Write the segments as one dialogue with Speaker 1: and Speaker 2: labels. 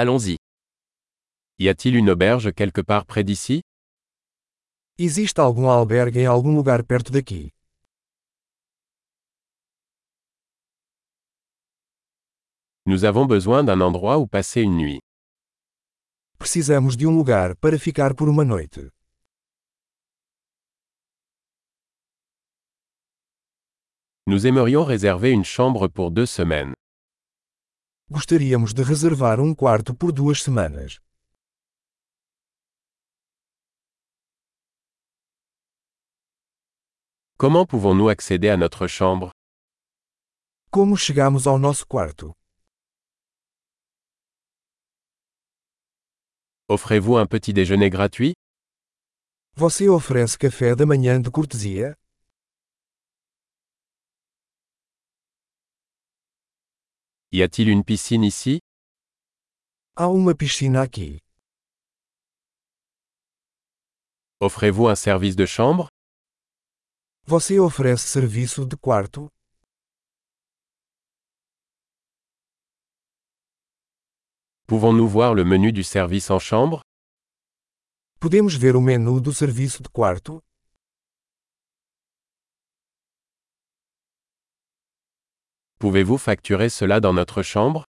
Speaker 1: Allons-y. Y a-t-il une auberge quelque part près d'ici
Speaker 2: Existe algum albergue em algum lugar perto daqui?
Speaker 1: Nous avons besoin d'un endroit où passer une nuit.
Speaker 2: Precisamos de um lugar para ficar por uma noite.
Speaker 1: Nous aimerions réserver une chambre pour deux semaines.
Speaker 2: Gostaríamos de reservar um quarto por duas semanas.
Speaker 1: Comment pouvons-nous accéder à notre chambre
Speaker 2: Como chegamos ao nosso quarto?
Speaker 1: Offrez-vous un petit déjeuner gratuit
Speaker 2: Você oferece café da manhã de cortesia?
Speaker 1: Y a-t-il une piscine ici
Speaker 2: Há uma piscina aqui.
Speaker 1: Offrez-vous un service de chambre
Speaker 2: Você oferece serviço de quarto?
Speaker 1: Pouvons-nous voir le menu du service en chambre
Speaker 2: Podemos ver o menu do serviço de quarto?
Speaker 1: Pouvez-vous facturer cela dans notre chambre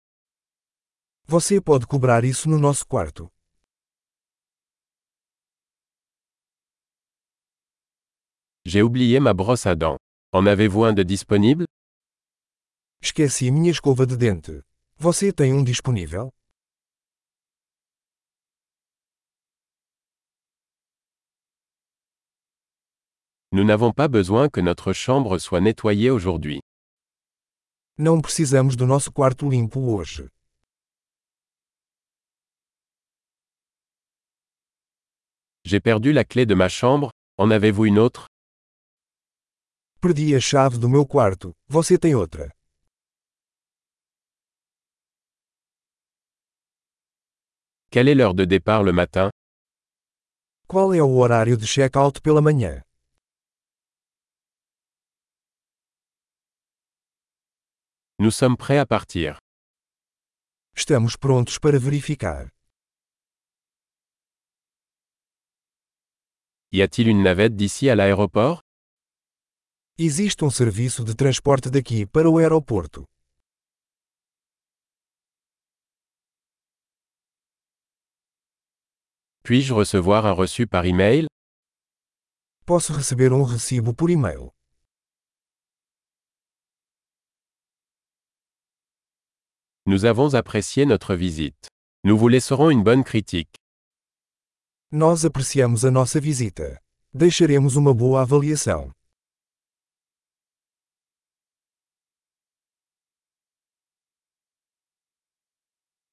Speaker 2: Você pode cobrar isso no nosso quarto.
Speaker 1: J'ai oublié ma brosse à dents. En avez-vous un de disponible
Speaker 2: Esqueci minha escova de dente. Você tem um disponível?
Speaker 1: Nous n'avons pas besoin que notre chambre soit nettoyée aujourd'hui.
Speaker 2: Não precisamos do nosso quarto limpo hoje.
Speaker 1: J'ai perdu la clé de ma chambre, en avez-vous une autre
Speaker 2: Perdi a chave do meu quarto. Você tem outra?
Speaker 1: Quelle est l'heure de départ le matin
Speaker 2: Qual é o horário de check-out pela manhã?
Speaker 1: Nous sommes prêts à partir.
Speaker 2: Estamos prontos para verificar.
Speaker 1: Y a-t-il une navette d'ici à l'aéroport
Speaker 2: Existe um serviço de transporte daqui para o aeroporto.
Speaker 1: Puis-je recevoir un reçu par email
Speaker 2: Posso receber um recibo por e-mail.
Speaker 1: Nous avons apprécié notre visite. Nous vous laisserons une bonne critique.
Speaker 2: Nós apreciamos a nossa visita. Deixaremos uma boa avaliação.